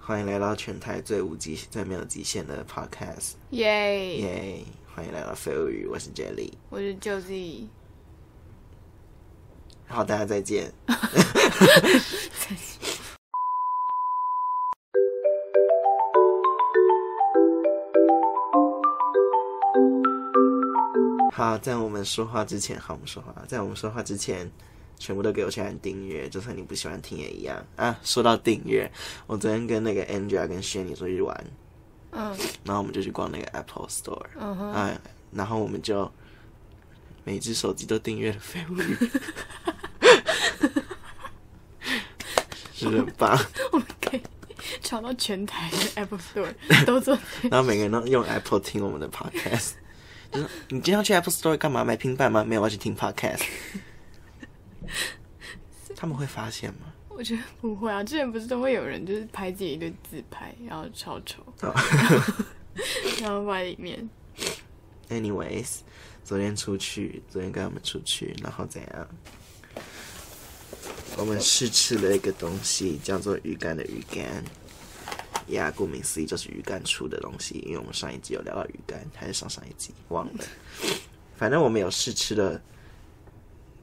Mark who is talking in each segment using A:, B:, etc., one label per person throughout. A: 欢迎来到全台最无极、最没有极限的 Podcast，
B: 耶
A: 耶！欢迎来到废物语，我是 Jelly。
B: 我是 Josie，
A: 好，大家再见。 好，在我们说话之前，好，我们说话，在我们说话之前，全部都给我去按订阅，就算你不喜欢听也一样啊。说到订阅，我昨天跟那个 Angela 跟 s h a n 出去玩，
B: 嗯
A: 然后我们就去逛那个 Apple Store，
B: 嗯哼，
A: 哎，然后我们就每只手机都订阅了废物语， 是不是很棒？
B: 我们可以找到全台的 Apple Store 都做，
A: 然后每个人都用 Apple 听我们的 Podcast，就说你今天要去 Apple Store 干嘛？买平板吗？没有，我要去听 Podcast。他们会发现吗？
B: 我觉得不会啊。之前不是都会有人就是拍自己一堆自拍，然后超丑，
A: 哦
B: 然后放在里面。
A: Anyways，昨天出去，昨天跟他们出去，然后怎样？我们试吃了一个东西，叫做鱼干的鱼干。呀，顾名思义就是鱼干出的东西，因为我们上一集有聊到鱼干，还是上上一集忘了。反正我们有试吃的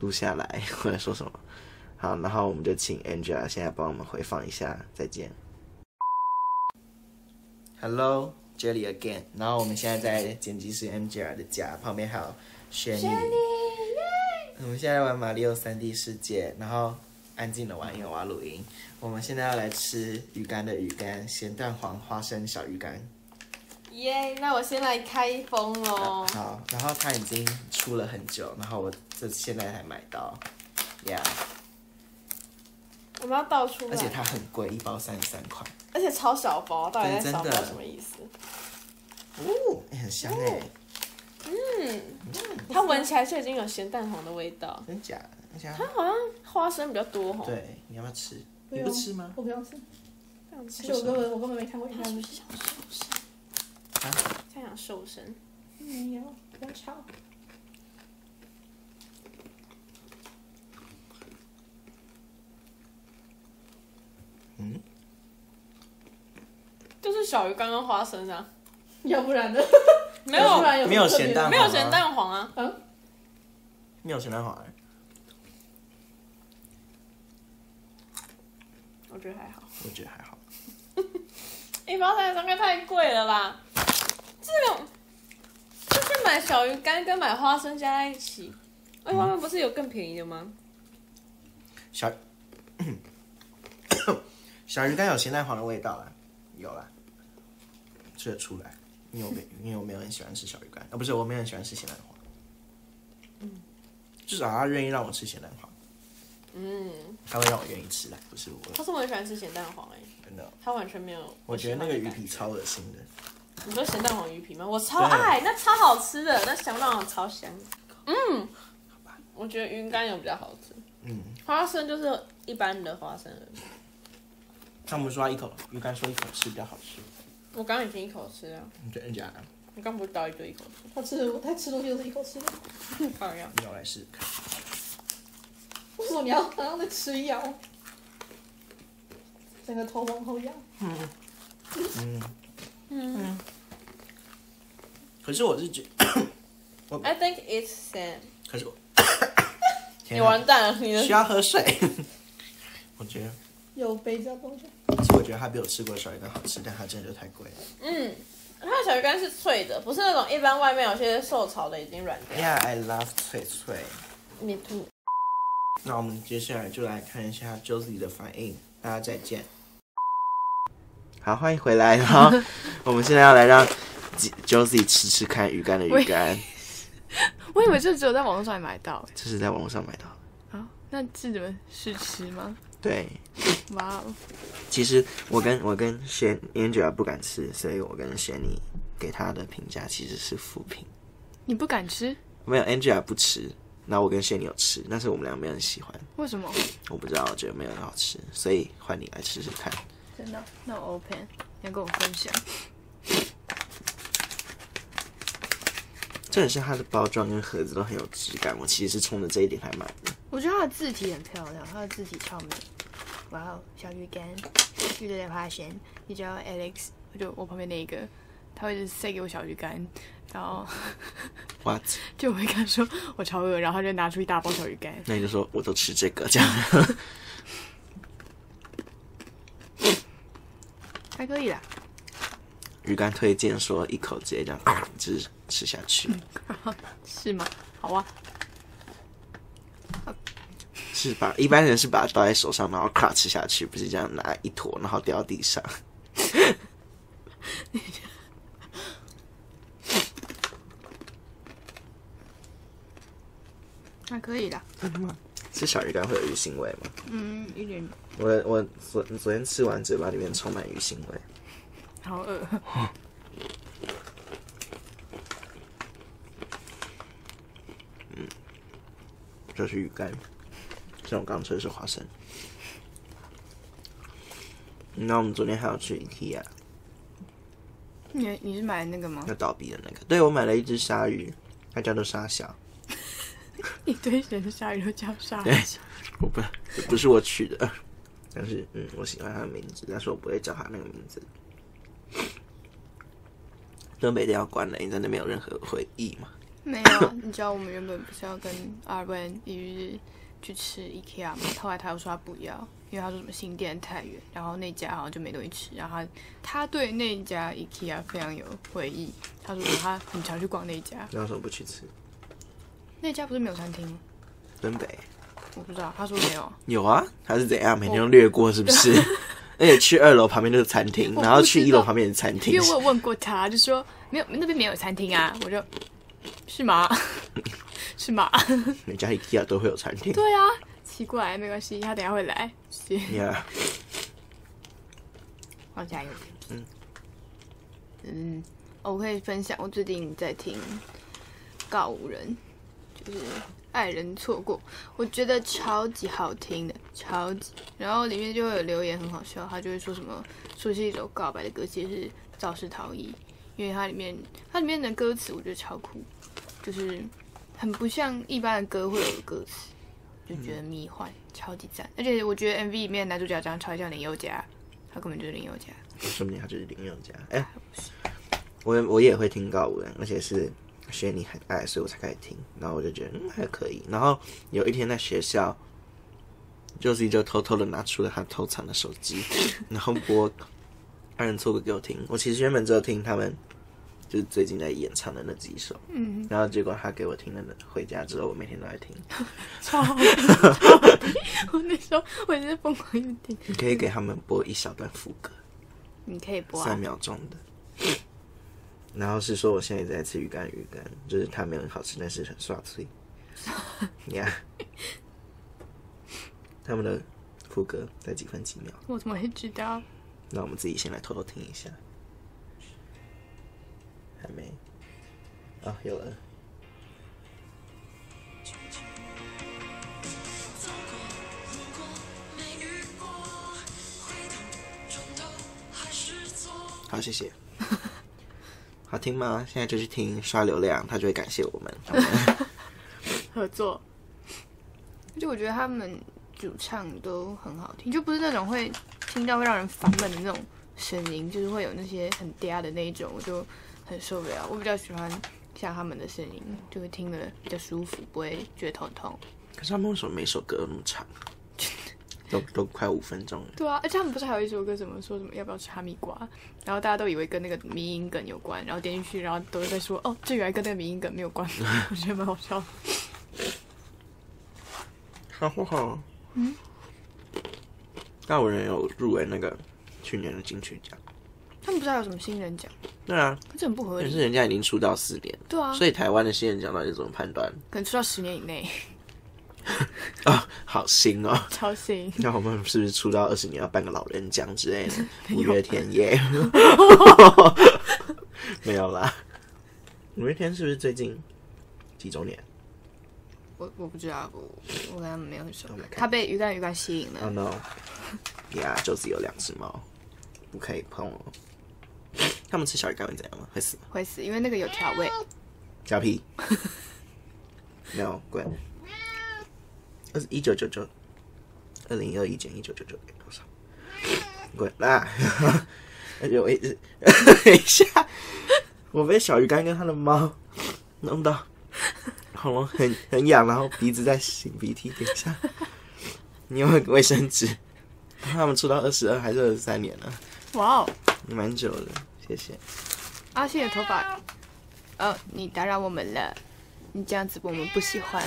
A: 录下来，我在说什么？好，然后我们就请 Angela 现在帮我们回放一下，再见。Hello, Jelly again。然后我们现在在剪辑师 Angela 的家旁边还有 Shani。我们现在玩马里奥三 D 世界，然后安静的玩，因为我要录音。我们现在要来吃鱼干的鱼干，咸蛋黄花生小鱼干。
C: 耶那我先来开封喽。
A: 好，然后它已经出了很久，然后我这现在才买到，Yeah，
C: 我们要倒出来，
A: 而且它很贵，一包三十三块。
C: 而且超小包，到底
A: 对
C: 在小包
A: 真的
C: 什么意思？
A: 哦，欸很香哎、
C: 它闻起来就已经有咸蛋黄的味道，
A: 真假的？而且它
C: 它好像花生比较多哈。，
A: 对，你要不要吃？
D: 不
A: 你
D: 用
A: 不吃吗？
D: 我不用吃，
C: 这样吃
D: 而且我根本我根本没看过鱼干的，
A: 啊
C: 这样瘦身。
D: 没有，不要吵。
C: 就是小鱼干跟花生啊，
D: 要不然呢？
C: 没
D: 要
C: 有
D: 不然有
A: 没有咸蛋
C: 没有咸蛋黄啊，
A: 没有咸蛋黄、欸，
C: 我觉得还好。
A: 我觉得还好。
C: 一包三十三块太贵了啦，这种就是买小鱼干跟买花生加在一起，哎，
A: 嗯
C: 外面不是有更便宜的吗？
A: 小小鱼干有咸蛋黄的味道啦，有啦，吃得出来。因为我没，因为我没有很喜欢吃小鱼干，啊，不是，我没有很喜欢吃咸蛋黄。至少他愿意让我吃咸蛋黄，
C: 嗯，
A: 他会让我愿意吃啦，不是我
C: 可是我很喜欢吃咸蛋黄哎、
A: 真的。
C: 它完全没有。
A: 我觉得那个鱼
C: 皮。
A: 皮超恶心的，
C: 你说咸蛋黄鱼皮吗？我超爱，那超好吃的，那咸蛋黄超香。嗯，我觉得云干有比较好吃，
A: 嗯，
C: 花生就是一般的花生而已。
A: 他们说他一口鱼干说一口吃比较好吃，
C: 我刚刚已经一口吃了，
A: 你觉得假的？
C: 我刚不是倒一堆一口吃，
D: 他吃的他吃东西都是一口吃的，
C: 好呀。
A: 你要来试试看。
D: 为什么你要好像在吃药？ 整个头往后仰，
A: 嗯，
C: 嗯
A: 可是我是觉，
C: ，I think it's Sam。
A: 可是我，
C: 你
A: 天啊
C: 完蛋了，你
A: 需
C: 的
A: 要喝水。 我觉得，
D: 有杯子要东西。
A: 其实我觉得它比我吃过的小鱼干好吃，但它真的就太贵了。
C: 嗯，它的小鱼干是脆的，不是那种一般外面有些受潮的已经软掉。
A: Yeah, I love 脆脆。
C: Me too。
A: 那我们接下来就来看一下 Josie 的反应，大家再见。好，欢迎回来。然后 我们现在要来让 Josie 吃吃看鱼干的鱼干，
B: 我以为就只有在网络上买到
A: 这是在网络上买到的。
B: 啊，那是你们试吃吗？
A: 对，
B: 哇哦，
A: 其实我跟我跟 s h a n Angela 不敢吃，所以我跟 s h a n y 给他的评价其实是负评。
B: 你不敢吃？
A: 没有 Angela 不吃，然后我跟 s h a n y 有吃，但是我们俩没有很喜欢。
B: 为什么？
A: 我不知道，我觉得没有很好吃，所以换你来试试看。
B: 真的？那我 open，你要跟我分享。
A: 这很像它的包装跟盒子都很有质感，我其实是冲着这一点来买的。
B: 我觉得它的字体很漂亮，它的字体超美。哇哦，小鱼干，绿的花生，你叫 Alex，我就我旁边那一个，他会一直塞给我小鱼干，然后
A: what？
B: 就我会跟他说我超饿，然后他就拿出一大包小鱼干，
A: 那你就说我都吃这个这样。
B: 还可以啦。
A: 鱼干推荐说一口直接这样啊，就是吃下去，
B: 是吗？好啊，
A: 是把一般人是把它倒在手上，然后咔吃下去，不是这样拿一坨然后掉到地上。
B: 还可以啦。
A: 吃小鱼干会有鱼腥味吗？
B: 嗯，一点
A: 我我昨昨天吃完，嘴巴里面充满鱼腥味。
B: 好 饿。
A: 这是鱼干，这种刚吃的是花生。那我们昨天还要去 IKEA，
B: 你你是买那个吗？
A: 要倒闭的那个。对，我买了一只鲨鱼，它叫做沙小。
B: 一堆人鲨鱼都叫 鲨鱼
A: 对，我不不是我取的，但是嗯，我喜欢它的名字，但是我不会叫它那个名字。东北店要关了，你在那边有任何回忆吗？
B: 没有啊，你知道我们原本不是要跟阿文一日去吃 IKEA 吗？后来他又说他不要，因为他说什么新店太远，然后那家好像就没东西吃。然后他他对那家 IKEA 非常有回忆，他说他很常去逛那家，
A: 那为什么不去吃？
B: 那家不是没有餐厅吗？
A: 东北
B: 我不知道，他说没有，
A: 有啊，还是怎样？每天
B: 哦
A: 都略过是不 是？而且去二楼旁边就是餐厅，
B: 我
A: 然后
B: 不
A: 去
B: 知
A: 一楼
B: 道
A: 旁边也是餐厅
B: 因为，我有问过他，就说没有那边没有餐厅啊，我就。是吗？ 是吗？
A: 每家 IKEA 都会有餐厅。
B: 对啊，奇怪，没关系，他等一下会来。行，
A: 呀，
B: 我加油。嗯嗯，我可以分享，我最近在听《告五人》，就是《爱人错过》，我觉得超级好听的，超级。然后里面就会有留言很好笑，他就会说什么说是一首告白的歌，其实是肇事逃逸，因为它里面它里面的歌词我觉得超酷，就是很不像一般的歌会有的歌词。就觉得迷幻，超级赞！而且我觉得 MV 里面的男主角长得超级像林宥嘉，他根本就是林宥嘉。
A: 说不定他就是林宥嘉。哎、我我也会听告五人，而且是学你很爱，所以我才开始听。然后我就觉得嗯还可以。然后有一天在学校，Josie 就偷偷的拿出了他偷藏的手机，然后播《二人错过》给我听。我其实原本只有听他们就是最近在演唱的那几首，嗯，然后结果他给我听了，回家之后我每天都在听。
B: 超好听，超好听！我那时候我也是疯狂一听。
A: 你可以给他们播一小段副歌。
B: 你可以播
A: 三
B: 啊，
A: 秒钟的。 然后是说我现在在吃鱼干，鱼干就是它没有很好吃，但是很刷 脆。呀、他们的副歌在几分几秒？
B: 我怎么会知道？
A: 那我们自己先来偷偷听一下。还没啊，有了。
E: 走过，路过，没遇过，回头，转头，还是错。
A: 好，谢谢。 好听吗？现在就去听刷流量，他就会感谢我们。 好吗
B: 合作。就我觉得他们主唱都很好听，就不是那种会听到会让人烦闷的那种声音，就是会有那些很嗲的那一种，我就很受不了。我比较喜欢像他们的声音，就会听得比较舒服，不会觉得头痛。
A: 可是他们为什么每首歌都那么长？ 都都快五分钟了。
B: 对啊，而且他们不是还有一首歌，什么说什么要不要吃哈密瓜，然后大家都以为跟那个迷音梗有关，然后点进去，然后都在说哦，这原来跟那个迷音梗没有关， 我觉得蛮好笑的。
A: 好不好？嗯。大五人有入围那个去年的金曲奖。
B: 他们不是还有什么新人奖？
A: 对啊，
B: 可是很不合
A: 可是
B: 理。
A: 人家已经出道四年，
B: 对啊，
A: 所以台湾的新人奖到底怎么判断？
B: 可能出到十年以内，
A: 哦，好新哦。
B: 超新。
A: 那我们是不是出道二十年要办个老人奖之类的？五月天耶， 没有啦。五月天是不是最近几周年
B: 我我不知道，我我跟他们没有很熟
A: Oh my god
B: 他被鱼竿鱼竿吸引
A: ？Oh
B: 了，
A: no！呀、yeah,，就是有两只猫，不可以碰哦。他们吃小鱼干会怎样吗？会死吗？
B: 会死，因为那个有调味。
A: 小屁。 没有滚。那是一九九九二零二一减一九九九等于多少？ 滚啦！ 而且我一 直等一下，我被小鱼干跟他的猫 弄到喉咙很很痒，然后鼻子在擤鼻涕。等一下， 你有没有卫生纸？他们出到二十二还是二十三年了，
B: 哇哦，
A: 蛮久的，谢谢。
B: 阿信的头发，哦，你打扰我们了，你这样子我们不喜欢。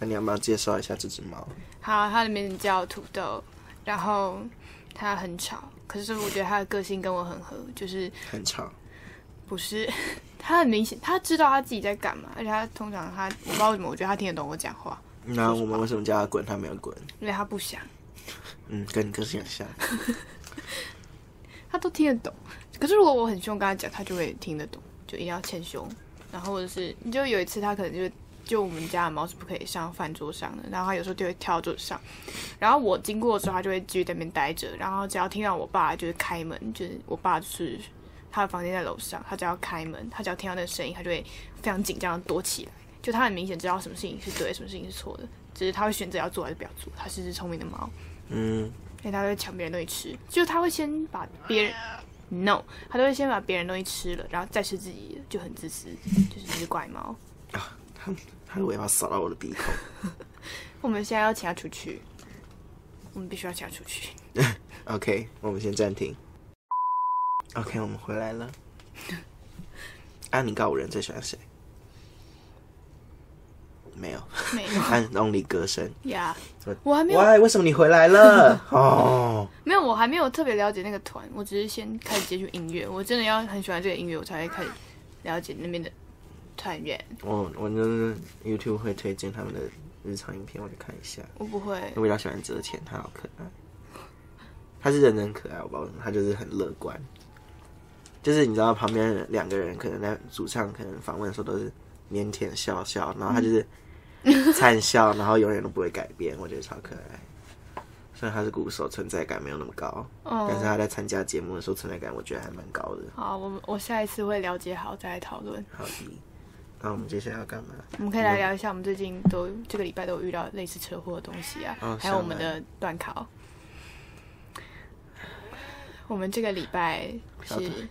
A: 那你要不要介绍一下这只猫？
B: 好，它的名字叫土豆，然后它很吵，可是我觉得它的个性跟我很合，就是
A: 很吵，
B: 不是， 它很明显，它知道它自己在干嘛，而且它通常它，我不知道为什么，我觉得它听得懂我讲话，
A: 那我们为什么叫它滚？它没有滚。
B: 因为它不想，
A: 嗯，跟你个性很像。
B: 它都听得懂。可是如果我很凶跟它讲，它就会听得懂，就一定要欠凶。然后或者是，就有一次它可能就就我们家的猫是不可以上饭桌上的，然后它有时候就会跳到桌子上，然后我经过的时候，它就会继续在那边待着，然后只要听到我爸就是开门，就是我爸就是他的房间在楼上，他只要开门，他只要听到那个声音，他就会非常紧张的躲起来。就他很明显知道什么事情是对，什么事情是错的，只是他会选择要做还是不要做。它是只聪明的猫，
A: 嗯，
B: 因为它会抢别人东西吃，就是它会先把别人，no，它都会先把别人东西吃了，然后再吃自己的，就很自私，就是一只怪猫。
A: 它它的尾巴扫到我的鼻孔。
B: 我们现在要请它出去，我们必须要请它出去。
A: OK，我们先暂停。OK，我们回来了。安妮告五人最喜欢谁？没有，
B: 没 有
A: 安 only 歌声。
B: 呀
A: 我
B: 我还没有，
A: 喂，为什么你回来了？哦，
B: 没有，我还没有特别了解那个团，我只是先开始接触音乐，我真的要很喜欢这个音乐，我才会开始了解那边的团员。
A: 我我就是 YouTube 会推荐他们的日常影片，我就看一下。
B: 我不会，
A: 我比较喜欢泽田，他好可爱。他是认真可爱，我不知道为什么，他就是很乐观。就是你知道，旁边两个人可能在主唱可能访问的时候都是腼腆笑笑，然后他就是灿笑，然后永远都不会改变，我觉得超可爱。虽然他是鼓手，存在感没有那么高，但是
B: 哦，
A: 他在参加节目的时候存在感我觉得还蛮高的。
B: 好，我们我下一次会了解好再来讨论。
A: 好的，那我们接下来要干嘛？
B: 我们可以
A: 嗯
B: 来聊一下我们最近都这个礼拜都有遇到类似车祸的东西啊，
A: 哦
B: 还有我们
A: 上来
B: 的段考。我们这个礼拜
A: 小腿
B: 是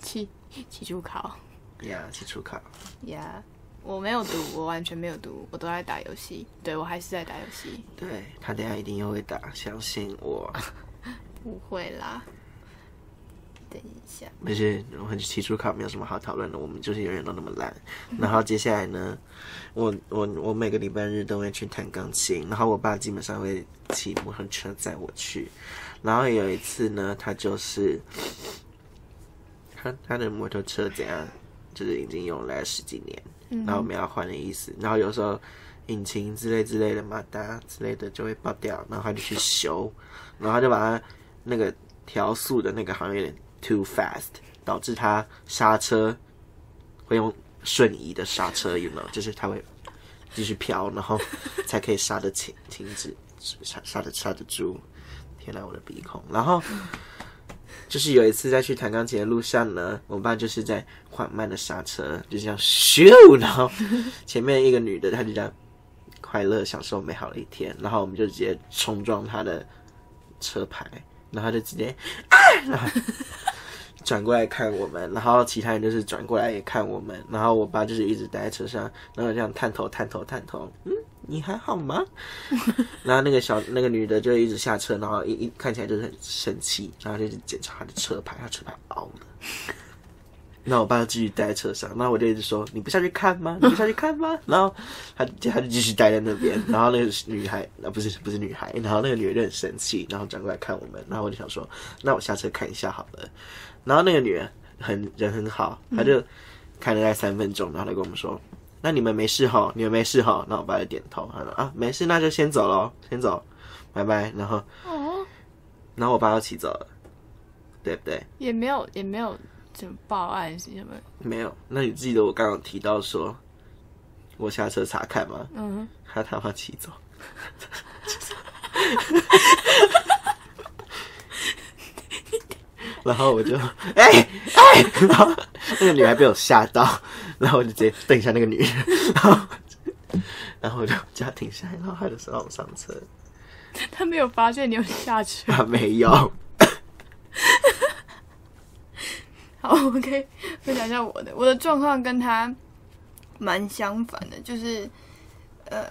B: 期期中考
A: 呀，基础考。
B: 呀我没有读，我完全没有读，我都在打游戏。对我还是在打游戏，
A: 对他等一下一定又会打，相信我。
B: 不会啦。等一下，
A: 而且我很提出考没有什么好讨论的，我们就是永远都那么烂。然后接下来呢，我我我每个礼拜日都会去弹钢琴，然后我爸基本上会骑摩托车载我去。然后有一次呢，他就是他他的摩托车怎样，就是已经用来十几年，
B: 嗯
A: 然后我们要换的意思。然后有时候引擎之类之类的马达之类的就会爆掉，然后他就去修，然后他就把它那个调速的那个好像有点 too fast，导致他刹车会用瞬移的刹车，you know，就是他会继续飘，然后才可以刹得停停止，刹刹得刹得住。天哪，我的鼻孔！然后就是有一次在去弹钢琴的路上呢，我爸就是在缓慢的刹车，就这样咻，然后前面一个女的，她就这样快乐享受美好的一天，然后我们就直接冲撞她的车牌，然后她就直接转过来看我们，然后其他人就是转过来也看我们，然后我爸就是一直待在车上，然后这样探头探头探头，嗯，你还好吗？然后那个小那个女的就一直下车，然后一一看起来就是很生气，然后就去检查她的车牌，她车牌凹了。那我爸就继续待在车上，然后我就一直说：“你不下去看吗？你不下去看吗？”然后他他就继续待在那边，然后那个女孩啊不是不是女孩，然后那个女的就很生气，然后转过来看我们，然后我就想说：“那我下车看一下好了。”然后那个女人很人很好，她就看了大概三分钟，然后她跟我们说：“那你们没事哈，你们没事哈。”那我爸就点头，他说：“啊，没事，那就先走喽，先走，拜拜。”然后，
B: 哦，
A: 然后我爸就骑走了，对不对？
B: 也没有也没有怎么报案什么，
A: 没有。那你记得我刚刚提到说，我下车查看吗？
B: 嗯，
A: 他他妈骑走。 然后我就哎哎、然后那个女孩被我吓到，然后我就直接瞪一下那个女人，然后然后我就叫他停下来，然后他就说让我上车，
B: 他没有发现你有下车。
A: 他没有。
B: 好，OK，分享一下我的，我的状况跟他蛮相反的，就是呃，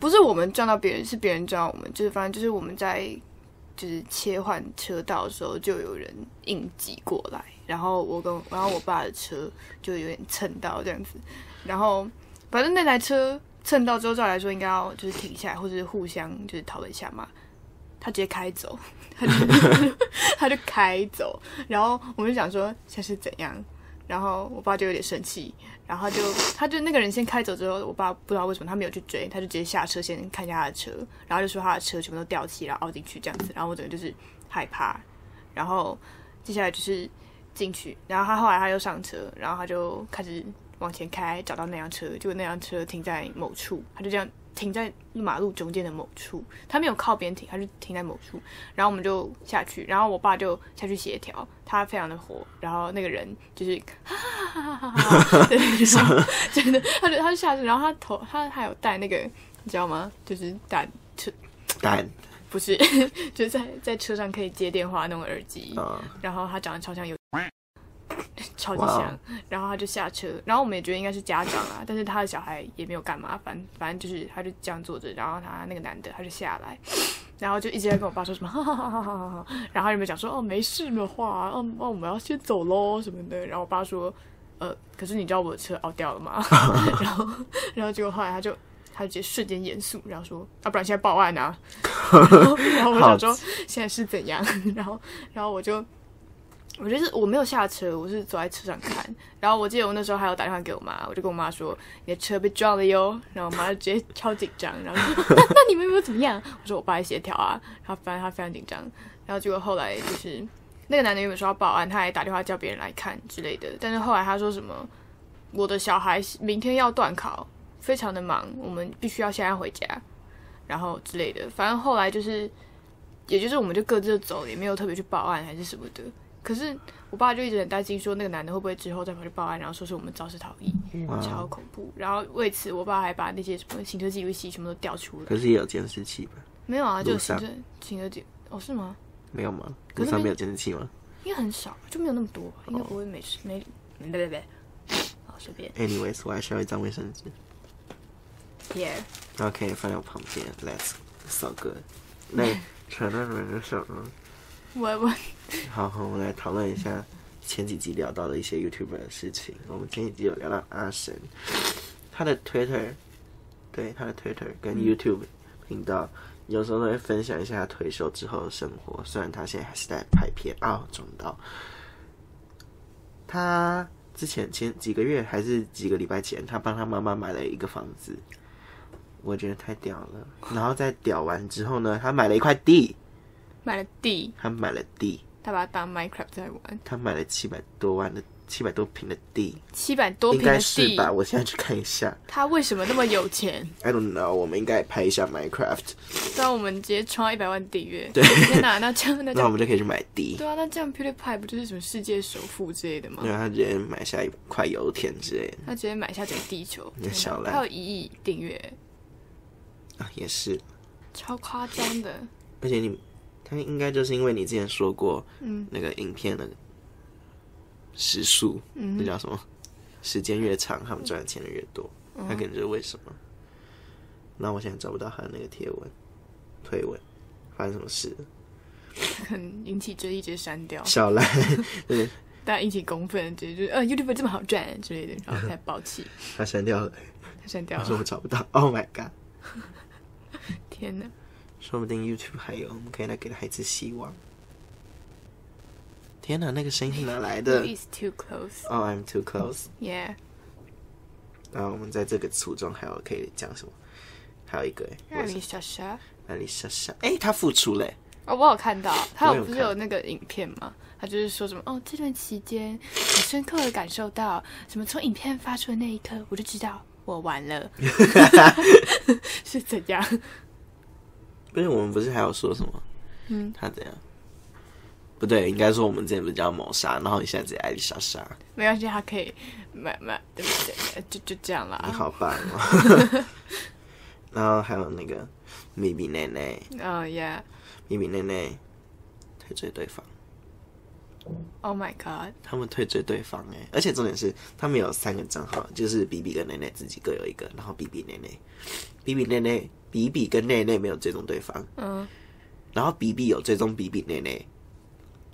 B: 不是我们撞到别人，是别人撞到我们，就是反正就是我们在就是切换车道的时候，就有人硬挤过来，然后我跟然后我爸的车就有点蹭到这样子，然后反正那台车蹭到之后，照理来说应该要就是停下来，或者是互相就是讨论一下嘛。他直接开走，他就 他就开走，然后我们就想说现在是怎样，然后我爸就有点生气，然后他就他就那个人先开走之后，我爸不知道为什么他没有去追，他就直接下车先看一下他的车，然后就说他的车全部都掉漆，然后凹进去这样子，然后我整个就是害怕，然后接下来就是进去，然后他后来他又上车，然后他就开始往前开，找到那辆车，结果那辆车停在某处，他就这样停在马路中间的某处，他没有靠边停，他就停在某处，然后我们就下去，然后我爸就下去协调，他非常的火，然后那个人就是哈哈哈哈哈哈，对，然后真的，他就他就下去，然后他头他还有戴那个你知道吗？就是戴车
A: 但
B: 不是， 就是在在车上可以接电话那种耳机，
A: 啊、
B: 然后他长得超像有， 超级
A: 哇哦
B: 像，然后他就下车，然后我们也觉得应该是家长啊，但是他的小孩也没有干嘛，反反正就是他就这样坐着，然后他那个男的他就下来， 然后就一直在跟我爸说什么，哈哈哈哈哈哈，然后他有没有讲说哦没事的话，哦哦我们要先走喽什么的，然后我爸说，呃可是你知道我的车凹掉了吗？然后然后结果后来他就。他就直接瞬间严肃，然后说：“啊，不然现在报案啊！”然后然后我想说现在是怎样，然后然后我就我就是我没有下车，我是走在车上看。然后我记得我那时候还有打电话给我妈，我就跟我妈说你的车被撞了哟。然后我妈就直接超紧张，然后就说那那你们有没有怎么样？我说我爸在协调啊。然后反正他非常紧张。然后结果后来就是那个男的原本说要报案，他还打电话叫别人来看之类的，但是后来他说什么我的小孩明天要断考，非常的忙，我们必须要现在回家，然后之类的。反正后来就是。也就是我们就各自就走了，也没有特别去报案还是什么的。可是我爸就一直很担心，说那个男的会不会之后再跑去报案，然后说是我们肇事逃逸，
A: 哇
B: 超恐怖。然后为此，我爸还把那些什么行车记录器全部都调出来。
A: 可是也有监视器吧？
B: 没有啊，就
A: 路
B: 有行
A: 上
B: 车行车记哦是吗？
A: 没有吗？
B: 可
A: 路
B: 是
A: 上
B: 没
A: 没有监视器吗
B: 应该很少，就没有那么多吧，应该不会没事没没没没，好随便
A: ？Anyways，我还需要一张卫生纸，
B: ，Yeah，
A: 然后可以放在我旁边。Let's so good。那扯到你的手。
B: 我我
A: 好，我们来讨论一下前几集聊到的一些 YouTuber 的事情。我们前几集有聊到阿神，他的 Twitter，对他的 Twitter 跟 YouTube 频道，有时候都会分享一下他退休之后的生活。虽然他现在还是在拍片啊，撞到他之前前几个月还是几个礼拜前，他帮他妈妈买了一个房子。我觉得太屌了，然后在屌完之后呢，他买了一块地，
B: 买了地，
A: 他买了地，
B: 他把它当 Minecraft 在玩，
A: 他买了七百多万的七百多平的地，
B: 七百多
A: 应
B: 平的
A: 该是
B: 地，
A: 吧？我现在去看一下。
B: 他为什么那么有钱？
A: I don't know，我们应该也拍一下 Minecraft，
B: 让我们直接冲到一百万订 阅，天哪，那这样那这
A: 那我
B: 样
A: 们就可以去买地。
B: 对啊，那这样 PewDiePie 不就是什么世界首富之类的吗？
A: 对啊，他直接买下一块油田之类的
B: 他直接买下整个地球，
A: 那小
B: 他
A: 赖
B: 有一亿订阅，
A: 啊，也是。
B: 超夸张的。
A: 而且你，他应该就是因为你之前说过，
B: 嗯
A: 那个影片的时速，
B: 嗯
A: 那叫什么？时间越长，他们赚的钱就越多。
B: 嗯
A: 他可能就是为什么。那我现在找不到他的那个贴文、推文，发生什么事了？
B: 可能引起争议直接删掉，
A: 小兰，
B: 大家引起公愤，直接就呃 YouTube 这么好赚之类的，然后才 爆气，
A: 他删掉了。
B: 他删掉
A: 他说
B: 了。
A: 我找不到。Oh my god！
B: 天哪，
A: 说不定 YouTube 还有，我们可以来给孩子希望。天哪，那个声音是哪来的
B: i s too close。
A: ？Oh, I'm too close。
B: Yeah，
A: 然后我们在这个途中还有可以讲什么？还有一个欸，
B: 艾
A: 我
B: 丽
A: 是
B: 莎莎，
A: 艾丽莎莎，哎，她复出嘞，
B: 哦，我有看到，他
A: 我有
B: 有不是
A: 看
B: 有那个影片吗？他就是说什么哦，这段期间我深刻的感受到，什么从影片发出的那一刻，我就知道我完了，是怎样？
A: 不是我们不是还有说什么？
B: 嗯，
A: 她怎样？不对，应该说我们之前不是叫谋杀，然后你现在直接艾丽莎莎，
B: 没关系，他可以买买，对不对？呃就就这样啦。
A: 你好棒哦！ 然后还有那个米米奈奈，
B: 啊、yeah。
A: 米米奈奈退追对方，
B: Oh my god！
A: 他们退追对方哎、而且重点是他们有三个账号，就是比比跟奈奈自己各有一个，然后比比奈奈，比比奈奈，比比跟奈奈没有追踪对方，
B: 嗯，
A: 然后比比有追踪比比奈奈，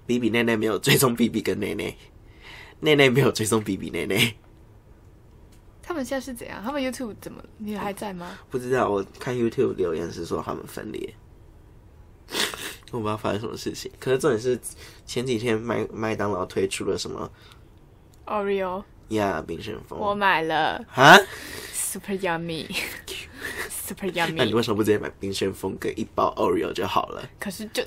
A: 比比奈奈没有追踪比比跟奈奈，奈奈没有追踪比比奈奈。
B: 他们现在是怎样？他们 YouTube 怎么？你还在吗？
A: 不知道，我看 YouTube 留言是说他们分裂，我不知道发生什么事情。可是重点是前几天麦麦当劳推出了什么
B: Oreo，
A: 呀冰旋风
B: 我买了
A: 啊？
B: ，Super Yummy，Super
A: 那你为
B: Yummy。
A: 什么不直接买冰旋风跟一包 Oreo 就好了？
B: 可是就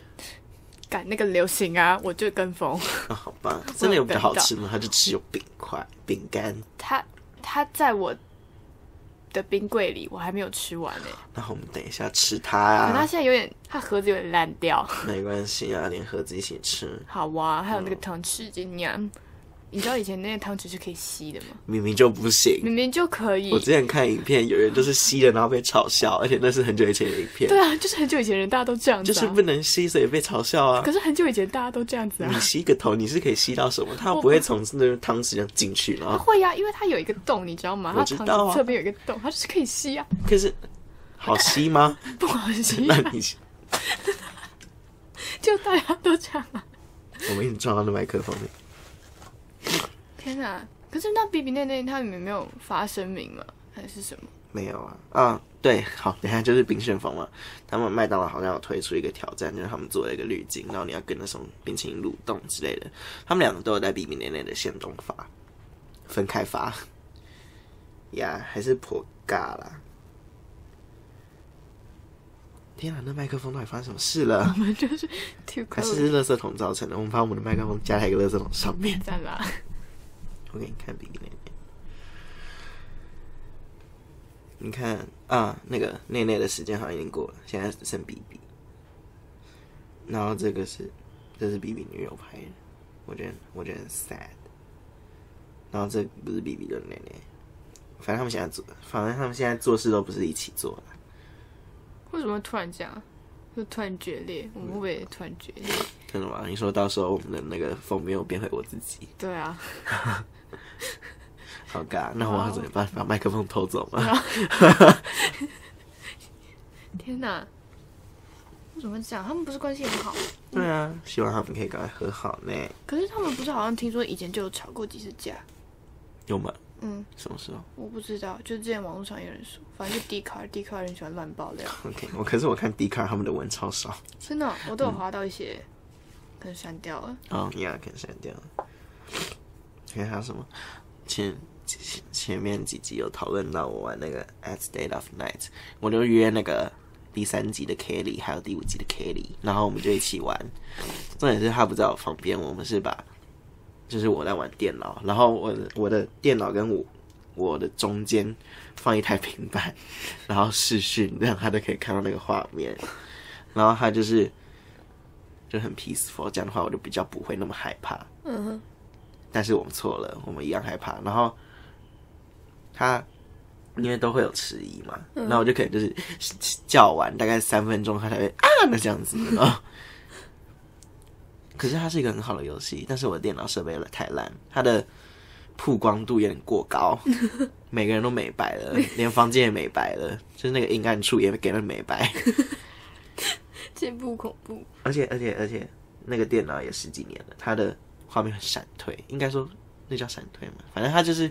B: 赶那个流行啊，我就跟 风。
A: 啊，好吧，真的有比较好吃吗？它就只有饼块、饼干。
B: 它它在我的冰柜里，我还没有吃完呢、
A: 那我们等一下吃它
B: 可它
A: 啊，
B: 现在有点，它盒子有点烂 掉。
A: 没关系啊，连盒子一起吃。
B: 好哇、还有那个糖匙精呀，你知道以前那个汤匙是可以吸的吗？
A: 明明就不行。
B: 明明就可以
A: 我。之前看影片，有人就是吸了然后被嘲笑，而且那是很久以前的影片
B: 对，啊，就是很久以前人大家都这样子、
A: 就
B: 啊，
A: 是不能吸，所以被嘲笑啊
B: 可。是很久以前大家都这样子啊
A: 你。吸一个头，你是可以吸到什么？它
B: 我
A: 不会从那个汤匙这样进去，然
B: 它
A: 后
B: 会呀、因为它有一个洞，你知道吗？
A: 嗯我
B: 它
A: 知道
B: 肠
A: 啊
B: 子侧边有一个洞，它就是可以吸啊，
A: 可是好吸 吗？
B: 不好 吸、
A: 那
B: 啊，
A: 你
B: 就大家都这样啊。
A: 我们一直撞到那麦克风里，
B: 天哪、可是那比比内内他里面没有发声明吗？还是什么？
A: 没有啊啊，对，好，等一下就是冰旋风嘛。他们麦当劳好像有推出一个挑战，就是他们做了一个滤镜，然后你要跟那种冰淇淋蠕动之类的。他们两个都有在比比内内的线中发，分开发， 呀、还是颇尬啦。天啊，那麦克风到底发生什么事了？
B: 我们就是 too
A: 还是
B: close
A: 垃圾桶造成的。我们把我们的麦克风加在一个垃圾桶上面。
B: 赞啦。
A: 我给你看比比内内，你看啊，那个内内的时间好像已经过了，现在只剩比比。然后这个是，这是比比女友拍的，我觉得我觉得很 sad。然后这不是比比的内内，反正他们现在做，反正他们现在做事都不是一起做的。
B: 为什么突然这样？就突然决裂？我们会不会突然决裂？
A: 真的吗？你说到时候我们的那个封面又变回我自己，
B: 对啊，
A: 好尬。那我要怎么办？把麦克风偷走吗？
B: 天哪、为什么会这样？他们不是关系很好？
A: 对啊，希望他们可以赶快和好呢。
B: 可是他们不是好像听说以前就有吵过几次架？
A: 有吗？
B: 嗯，
A: 什么时候
B: 我不知道，就之前网络上有人说，反正就 D 卡 D 卡人喜欢乱爆料，
A: ？OK，我可是我看 d 卡他们的文超少。
B: 真的、我都有划到一些，可能删掉了。
A: 哦，你要看删掉了。看还有什么？前前前面几集有讨论到我玩那个 At State of Night，我就约那个第三集的 Kelly 还有第五集的 Kelly，然后我们就一起玩。重点是他不在我旁边，我们是把就是我在玩电脑，然后我的我的电脑跟我我的中间放一台平板，然后视讯，让他都可以看到那个画面。然后他就是就很 peaceful，这样的话我就比较不会那么害怕。嗯但是我们错了，我们一样害怕。然后他因为都会有迟疑嘛，然后我就可能就是叫完大概三分钟，他才会啊那这样子。然后可是它是一个很好的游戏，但是我的电脑设备太烂，它的曝光度有点过高，每个人都美白了，连房间也美白了，就是那个阴暗处也给了美白。
B: 这不恐怖，
A: 而且而且而且，那个电脑也十几年了，它的画面很闪退，应该说那叫闪退嘛，反正它就是，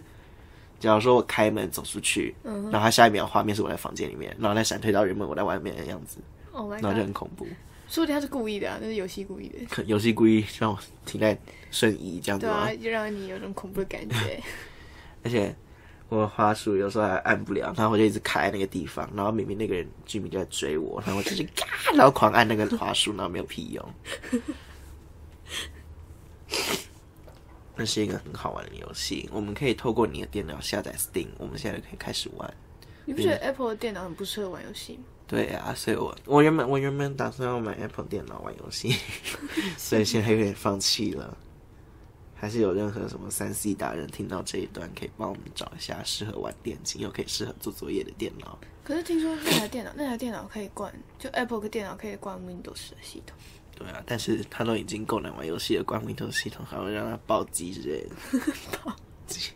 A: 假如说我开门走出去，
B: 嗯
A: 然后它下一秒画面是我在房间里面，然后再闪退到原本我在外面的样子，
B: Oh my
A: 然后就很
B: god！
A: 恐怖。
B: 说不定他是故意的、啊，那是游戏故意的。
A: 可游戏故意让我停在瞬移这样子
B: 对
A: 吗
B: 啊，？就让你有种恐怖的感 觉。
A: 而且我滑鼠有时候还按不了，然后我就一直卡在那个地方，然后明明那个人居民就在追我，然后我就是嘎，然后狂按那个滑鼠，然后没有屁用。 那是一个很好玩的游戏，我们可以透过你的电脑下载 Steam，我们现在就可以开始玩。
B: 你不觉得 Apple 的电脑很不适合玩游戏吗？
A: 对啊，所以我我原本我原本打算要买 Apple 电脑玩游戏，所以现在有点放弃了。还还是有任何什么三 C 达人听到这一段，可以帮我们找一下适合玩电竞又可以适合做作业的电脑。
B: 可是听说那台电脑，那台电脑可以关，就 Apple 的电脑可以关 Windows 的系统。
A: 对啊，但是它都已经够难玩游戏了，关 Windows 系统还会让它暴击之类的。暴击。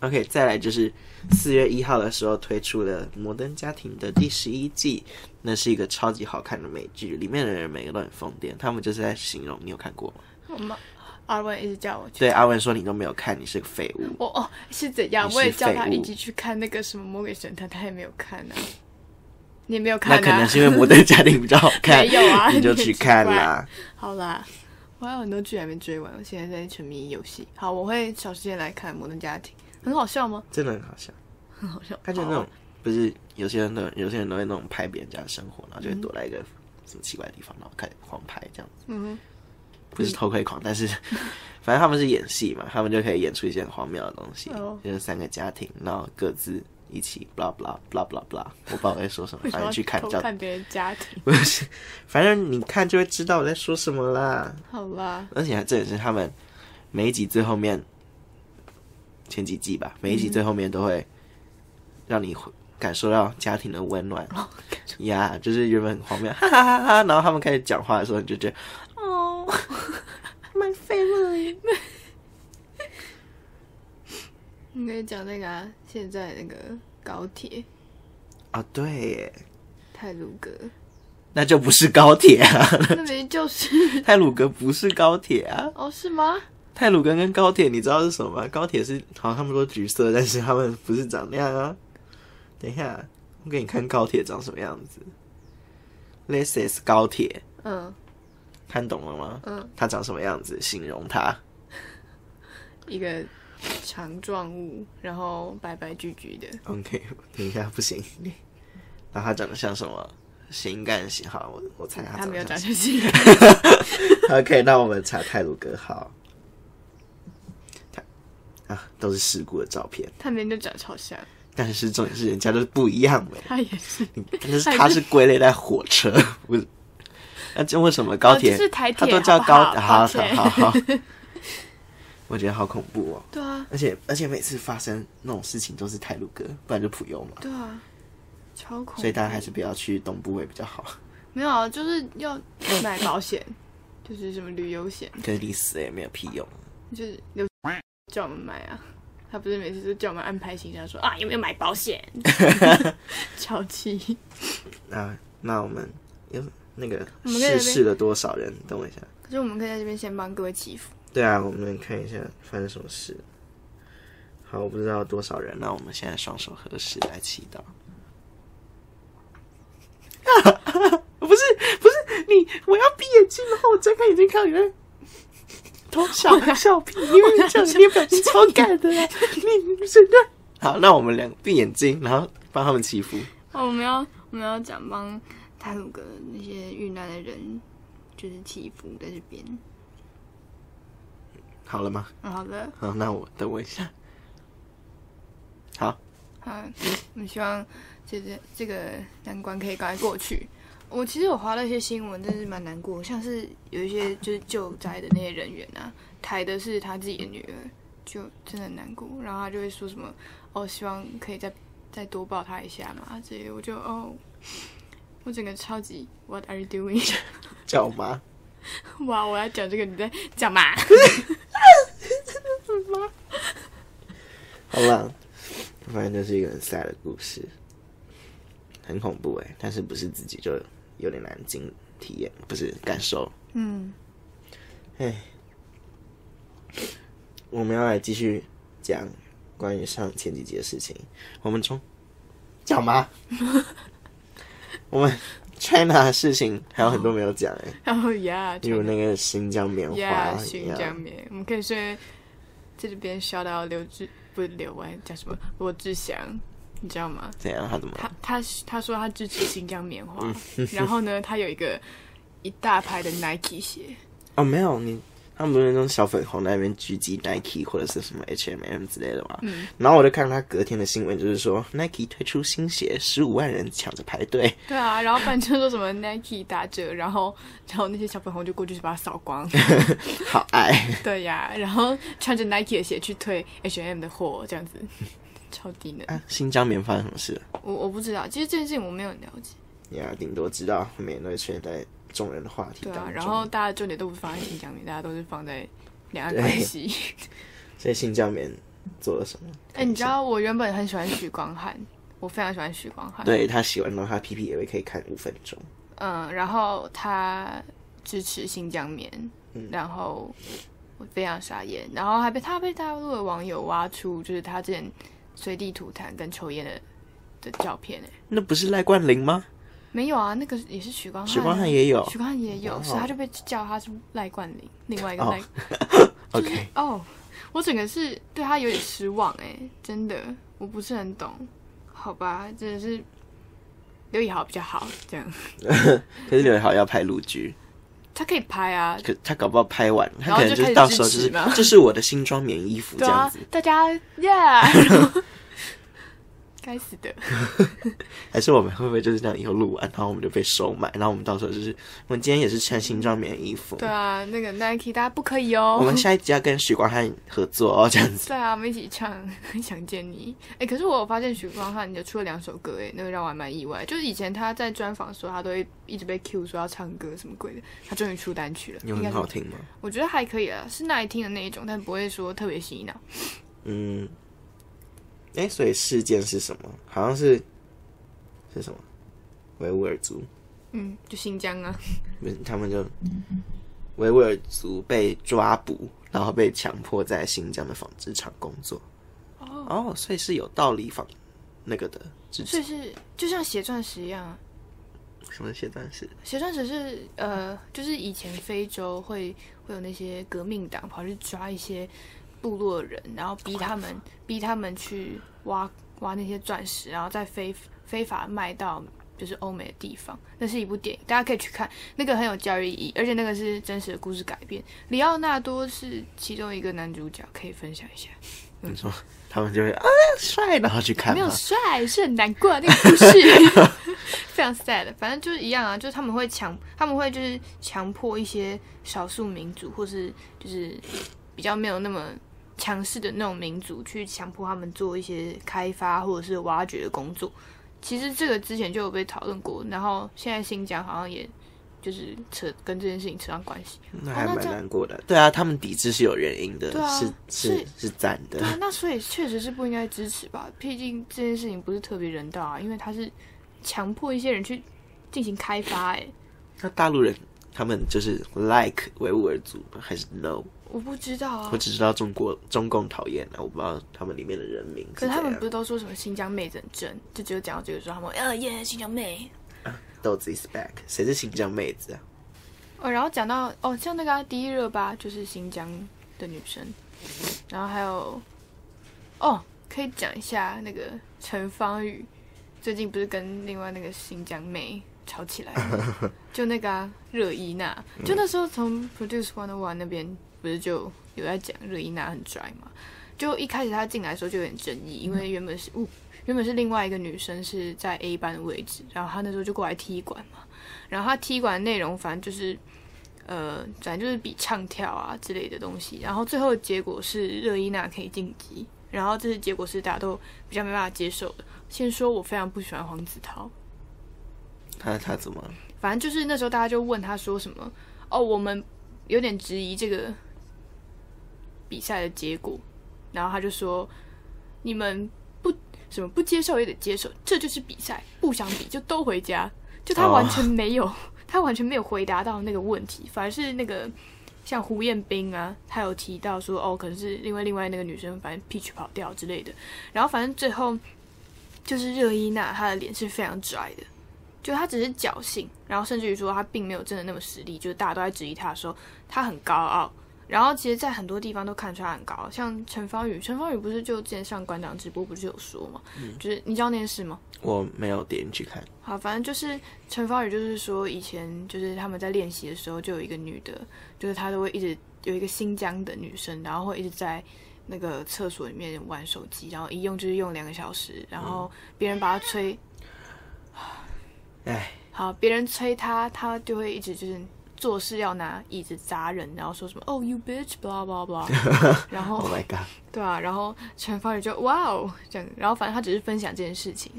A: OK，再来就是四月一号的时候推出了《摩登家庭》的第十一季，那是一个超级好看的美剧，里面的人每个都很疯癫，他们就是在形容。你有看过吗？
B: 我妈阿文一直叫我去，
A: 对，阿文说你都没有看，你是个废物。
B: 我哦是怎样？
A: 你是
B: 我也叫他
A: 废物
B: 一起去看那个什么《魔鬼神探》，他也没有看啊，你也没有看
A: 那
B: 啊？
A: 可能是因为《摩登家庭》比较好看，
B: 没有啊
A: 你就去看
B: 你很奇
A: 啦
B: 怪。 好啦，我还有很多剧还没追完，我现在在沉迷于游戏。好，我会找时间来看《摩登家庭》，很好笑吗？
A: 真的很好笑。
B: 很好笑，
A: 他就
B: 好
A: 那种不是有些人都有些人都会那种拍别人家的生活，然后就会躲在一个什么奇怪的地方，然后开始狂拍这样子。
B: 嗯
A: 不是偷窥狂，但是 反正他们是演戏嘛，他们就可以演出一些很荒谬的东西。
B: 哦
A: 就是三个家庭，然后各自一起 blah blah blah blah blah，我不知道我在说什 么，
B: 为什
A: 反
B: 么
A: 正去看
B: 偷
A: 叫
B: 看别人家庭？
A: 不是， 反正你看就会知道我在说什么啦。
B: 好啦，
A: 而且还真的是他们每一集最后面，前几季吧，每一集最后面都会让你回感受到家庭的温暖。呀就是原本很荒谬， 哈哈哈哈，然后他们开始讲话的时候，你就觉得
B: 哦，
A: my family。
B: 你可以讲那个啊，现在那个高铁
A: 哦，对耶，
B: 泰鲁格，
A: 那就不是高铁啊，
B: 那没就是
A: 泰鲁格不是高铁啊，
B: 哦是吗？
A: 泰鲁格跟高铁你知道是什么吗？高铁是好像他们说橘色，但是他们不是长那样啊。等一下，我给你看高铁长什么样子。This is 高铁。
B: 嗯，
A: 看懂了吗？
B: 嗯，
A: 它长什么样子？形容它。
B: 一个长状物，然后白白橘橘的，
A: OK，等一下，不行。那它长得像什么？情感型号，我我猜它
B: 他
A: 长
B: 没有
A: 得
B: 长
A: 像什
B: 成这样。
A: 么。OK，那 我们查泰鲁格号。它啊，都是事故的照片，
B: 他明明就长超像，
A: 但是重点是人家都不一样呗。
B: 他也是。
A: 但是它是归类在火车，不是？那、这为什么高铁？
B: 哦就是台铁
A: 它都叫高
B: 好不好
A: 好
B: 抱歉
A: 好好好。我觉得好恐怖哦。
B: 对啊，
A: 而且而且每次发生那种事情都是泰鲁格，不然就普悠嘛，
B: 对啊，超恐怖。
A: 所以大家还是不要去东部会比较好。
B: 没有啊，就是要买保险，就是什么旅游险，
A: 可是你死了也没有屁用。
B: 就是刘叫我们买啊。他不是每次都叫我们安排行程，说啊有没有买保险， 超气。
A: 那那我们有那个
B: 我们可以
A: 逝
B: 在这边
A: 世了多少人？等我一下。
B: 可是我们可以在这边先帮各位祈福。
A: 对啊，我们看一下发生什么事。好，我不知道多少人。那我们现在双手合十来祈祷。 不是不是你，我要闭眼睛，然后我睁开眼睛看到有人偷笑笑屁，因为这样你本事超干的啊啦，你你真的好。那我们两个闭眼睛，然后帮他们祈福。
B: 哦，我们要我们要讲帮泰鲁格那些遇难的人，就是祈福在这边。
A: 好了吗？
B: 嗯，好的，
A: 好，那我等我一下。好，
B: 好，我啊们希望这这这个难关可以赶快过去。我其实有划了一些新闻，真是蛮难过，像是有一些就是救灾的那些人员啊，抬的是他自己的女儿，就真的很难过。然后他就会说什么哦，希望可以再再多抱他一下嘛，这些我就哦，我整个超级 What are you doing？
A: 叫我妈。
B: 哇，我要讲这个，你在讲嘛？
A: 好啦，反正就是一个很 sad 的故事，很恐怖哎、但是不是自己就有点难经体验，不是感受。
B: 嗯，
A: 哎，我们要来继续讲关于上前几集的事情。我们从讲吗？我们 China 的事情还有很多没有讲哎、
B: 然后呀，
A: 例如那个新疆棉花
B: 呀，
A: 一
B: 新
A: 样
B: 疆棉，我们可以说在这边笑到刘志，不是刘安，叫什么罗志祥，你知道吗？
A: 怎样？他怎么了
B: 他他他说他支持新疆棉花，然后呢，他有一个一大排的 Nike 鞋，
A: 哦，没有，你他们不是那种小粉红那边狙击 Nike 或者是什么 H&M 之类的嘛。
B: 嗯
A: 然后我就看他隔天的新闻，就是说 Nike 推出新鞋，十五万人抢着排队。
B: 对啊，然后反正说什么 Nike 打折，然后然后那些小粉红就过去把它扫光。
A: 好爱，
B: 对呀、然后穿着 Nike 的鞋去推 H&M 的货，这样子超低能。
A: 啊新疆棉发生什么事了？
B: 我我不知道，其实这件事情我没有了解。
A: 呀，顶多知道每人都会出现在众人的话题
B: 对
A: 当中。，
B: 啊然后大家重点都不放在新疆棉，大家都是放在两岸关 系。
A: 所以新疆棉做了什么？
B: 哎、你知道我原本很喜欢许光汉，我非常喜欢许光汉。，
A: 对他喜欢的话，他 P P 也会可以看五分钟。
B: 嗯，然后他支持新疆棉，
A: 嗯
B: 然后我非常傻眼，然后还被他被大陆的网友挖出，就是他之前随地吐痰跟抽烟的的照片、哎，
A: 那不是赖冠霖 吗？
B: 没有啊，那个也是许光汉啊，
A: 许光汉也有
B: 许光汉也有，
A: 哇
B: 是他就被叫他是赖冠霖，另外一个
A: 哦
B: 赖、
A: ，OK，
B: 哦，我整个是对他有点失望哎、真的，我不是很懂，好吧，真的是刘以豪比较好，这样
A: 可是刘宇豪要拍陆剧，
B: 他可以拍啊，
A: 可他搞不好拍完，他
B: 然后
A: 可能
B: 就
A: 就
B: 开
A: 是
B: 始
A: 到时候
B: 支
A: 就
B: 持
A: 是
B: 嘛
A: 这是我的新装棉衣服这
B: 对
A: 样
B: 啊
A: 子，，
B: 大家耶然后，该死的，
A: 还是我们会不会就是这样以后录完，然后我们就被收买，然后我们到时候就是我们今天也是穿新装棉衣服，
B: 对啊，那个 Nike 大家不可以
A: 我
B: 哦
A: 们。下一集要跟许光汉合作哦，这 样子。
B: 对啊，我们一起唱《想见你》。哎，可是我有发现许光汉就出了两首歌，哎，那个让我还蛮意外。就是以前他在专访说他都会一直被 Q 说要唱歌什么鬼的，他终于出单曲了，
A: 有
B: 应该
A: 很
B: 是
A: 好听吗？
B: 我觉得还可以啊，是耐听的那一种，但不会说特别洗脑。
A: 嗯，哎、所以事件是什么？好像是是什么？维吾尔族，
B: 嗯，就新疆啊，
A: 不是他们就维吾尔族被抓捕，然后被强迫在新疆的纺织厂工作。哦，所以是有道理纺那个的制
B: 所以
A: 止，
B: 是就像写钻石一样啊。
A: 什么写钻石？
B: 写钻石是呃，就是以前非洲会会有那些革命党跑去抓一些部落人，然后逼他们逼他们去挖挖那些钻石，然后再非非法卖到就是欧美的地方。那是一部电影，大家可以去看，那个很有教育意义，而且那个是真实的故事改编。里奥纳多是其中一个男主角，可以分享一下。
A: 你说他们就会啊帅，然后去看
B: 嗯没有
A: 吗？
B: 帅，是很难过的那个 故事，非常 sad。反正就是一样啊，就是他们会强，他们会就是强迫一些少数民族，或是就是比较没有那么强势的那种民族，去强迫他们做一些开发或者是挖掘的工作。其实这个之前就有被讨论过，然后现在新疆好像也就是扯跟这件事情扯上关系。
A: 那还
B: 哦那
A: 蛮
B: 这样
A: 难过的。对啊，他们抵制是有原因的，
B: 对啊
A: 是是
B: 是
A: 是赞的
B: 对。啊，那所以确实是不应该支持吧？毕竟这件事情不是特别人道啊，因为他是强迫一些人去进行开发、欸。
A: 那大陆人他们就是 like 维吾尔族吗还是 no？
B: 我不知道啊
A: 我。只知道中国中共讨厌啊，我不知道他们里面的人民
B: 可
A: 怎
B: 是他
A: 样。
B: 们不是都说什么新疆妹子很正，就只有讲到这个时候，他们会呃耶新疆妹。
A: 豆子 is back，谁是新疆妹子啊？
B: 哦，然后讲到哦，像那个、啊、第一热巴就是新疆的女生，然后还有哦，可以讲一下那个陈芳宇，最近不是跟另外那个新疆妹吵起来了，就那个、啊、热依娜，就那时候从 Produce One One 那边不是就有在讲热依娜很拽嘛，就一开始她进来的时候就有点争议，因为原本是哦。原本是另外一个女生是在 A 班的位置，然后她那时候就过来踢馆嘛，然后她踢馆的内容反正就是呃，反正就是比唱跳啊之类的东西。然后最后的结果是热依娜可以晋级，然后这是结果是大家都比较没办法接受的。先说我非常不喜欢黄子韬，
A: 他他怎么了？
B: 反正就是那时候大家就问他说什么，哦，我们有点质疑这个比赛的结果，然后他就说你们不什么不接受也得接受，这就是比赛，不想比就都回家。就他
A: 哦
B: 完全没有， 他完全没有回答到那个问题，反而是那个像胡彦斌啊，他有提到说哦，可能是因为另外那个女生反正 Peach 跑掉之类的，然后反正最后就是热依娜她的脸是非常拽的，就她只是侥幸，然后甚至于说她并没有真的那么实力，就是大家都在质疑她的时候，她很高傲。然后其实，在很多地方都看出她很高傲，像陈芳宇，陈芳宇不是就之前上馆长直播不是有说嘛，就是你知道那件事吗？
A: 我没有点进去看，
B: 好，反正就是陈芳宇，就是说以前就是他们在练习的时候，就有一个女的，就是她都会一直有一个新疆的女生，然后会一直在那个厕所里面玩手机，然后一用就是用两个小时，然后
A: 嗯
B: 别人把她吹，
A: 哎，
B: 好，别人催她，她就会一直就是做事要拿椅子砸人，然后说什么哦、you bitch，blah blah blah，然后
A: Oh my god！
B: 对啊，然后陈芳宇就哇哦这样，然后反正他只是分享这件事情，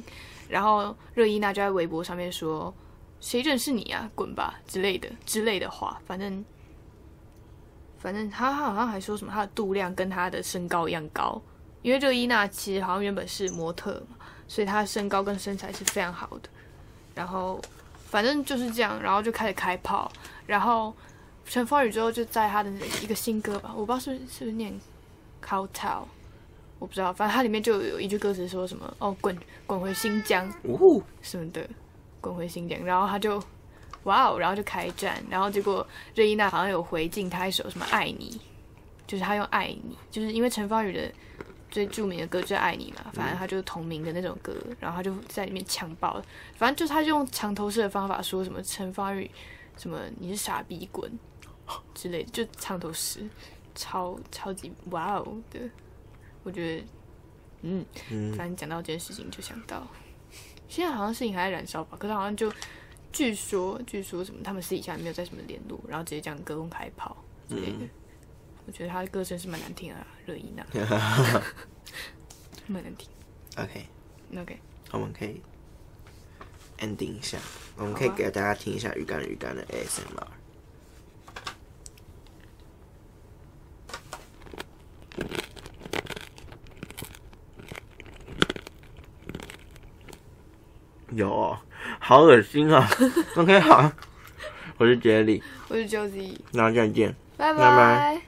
B: 然后热依娜就在微博上面说谁认识你啊，滚吧之类的之类的话，反正反正他他好像还说什么他的度量跟他的身高一样高，因为热依娜其实好像原本是模特嘛，所以她的身高跟身材是非常好的，然后反正就是这样，然后就开始开炮，然后陈芳宇之后就在他的一个新歌吧，我不知道是不是是不是念 Kowtow，我不知道，反正它里面就有一句歌词说什么哦，滚滚回新疆
A: 呜、
B: 什么的，滚回新疆，然后他就哇哦，然后就开战，然后结果热依娜好像有回敬他一首什么爱你，就是他用爱你，就是因为陈芳宇的最著名的歌就是爱你嘛，反正他就是同名的那种歌，然后他就在里面强暴，反正就是他用墙头式的方法说什么陈芳宇什么你是傻逼滚之类的，就墙头式，超超级哇哦的，我觉得，嗯，
A: 嗯，
B: 反正讲到这件事情就想到，现在好像事情还在燃烧吧，可是好像就据说据说什么他们私底下没有在什么联络，然后直接这样隔空开炮之类的。
A: 嗯
B: 我觉得他的歌声是蛮难听的啦，热依娜蛮难听。
A: OK，
B: OK，
A: 我们可以 ending 一下，我们可以给大家听一下鱼竿鱼竿的 ASMR。有哦、好恶心啊 ！OK，好，我是杰里，
B: 我是 Josie，
A: 那再见。
B: 拜
A: 拜拜。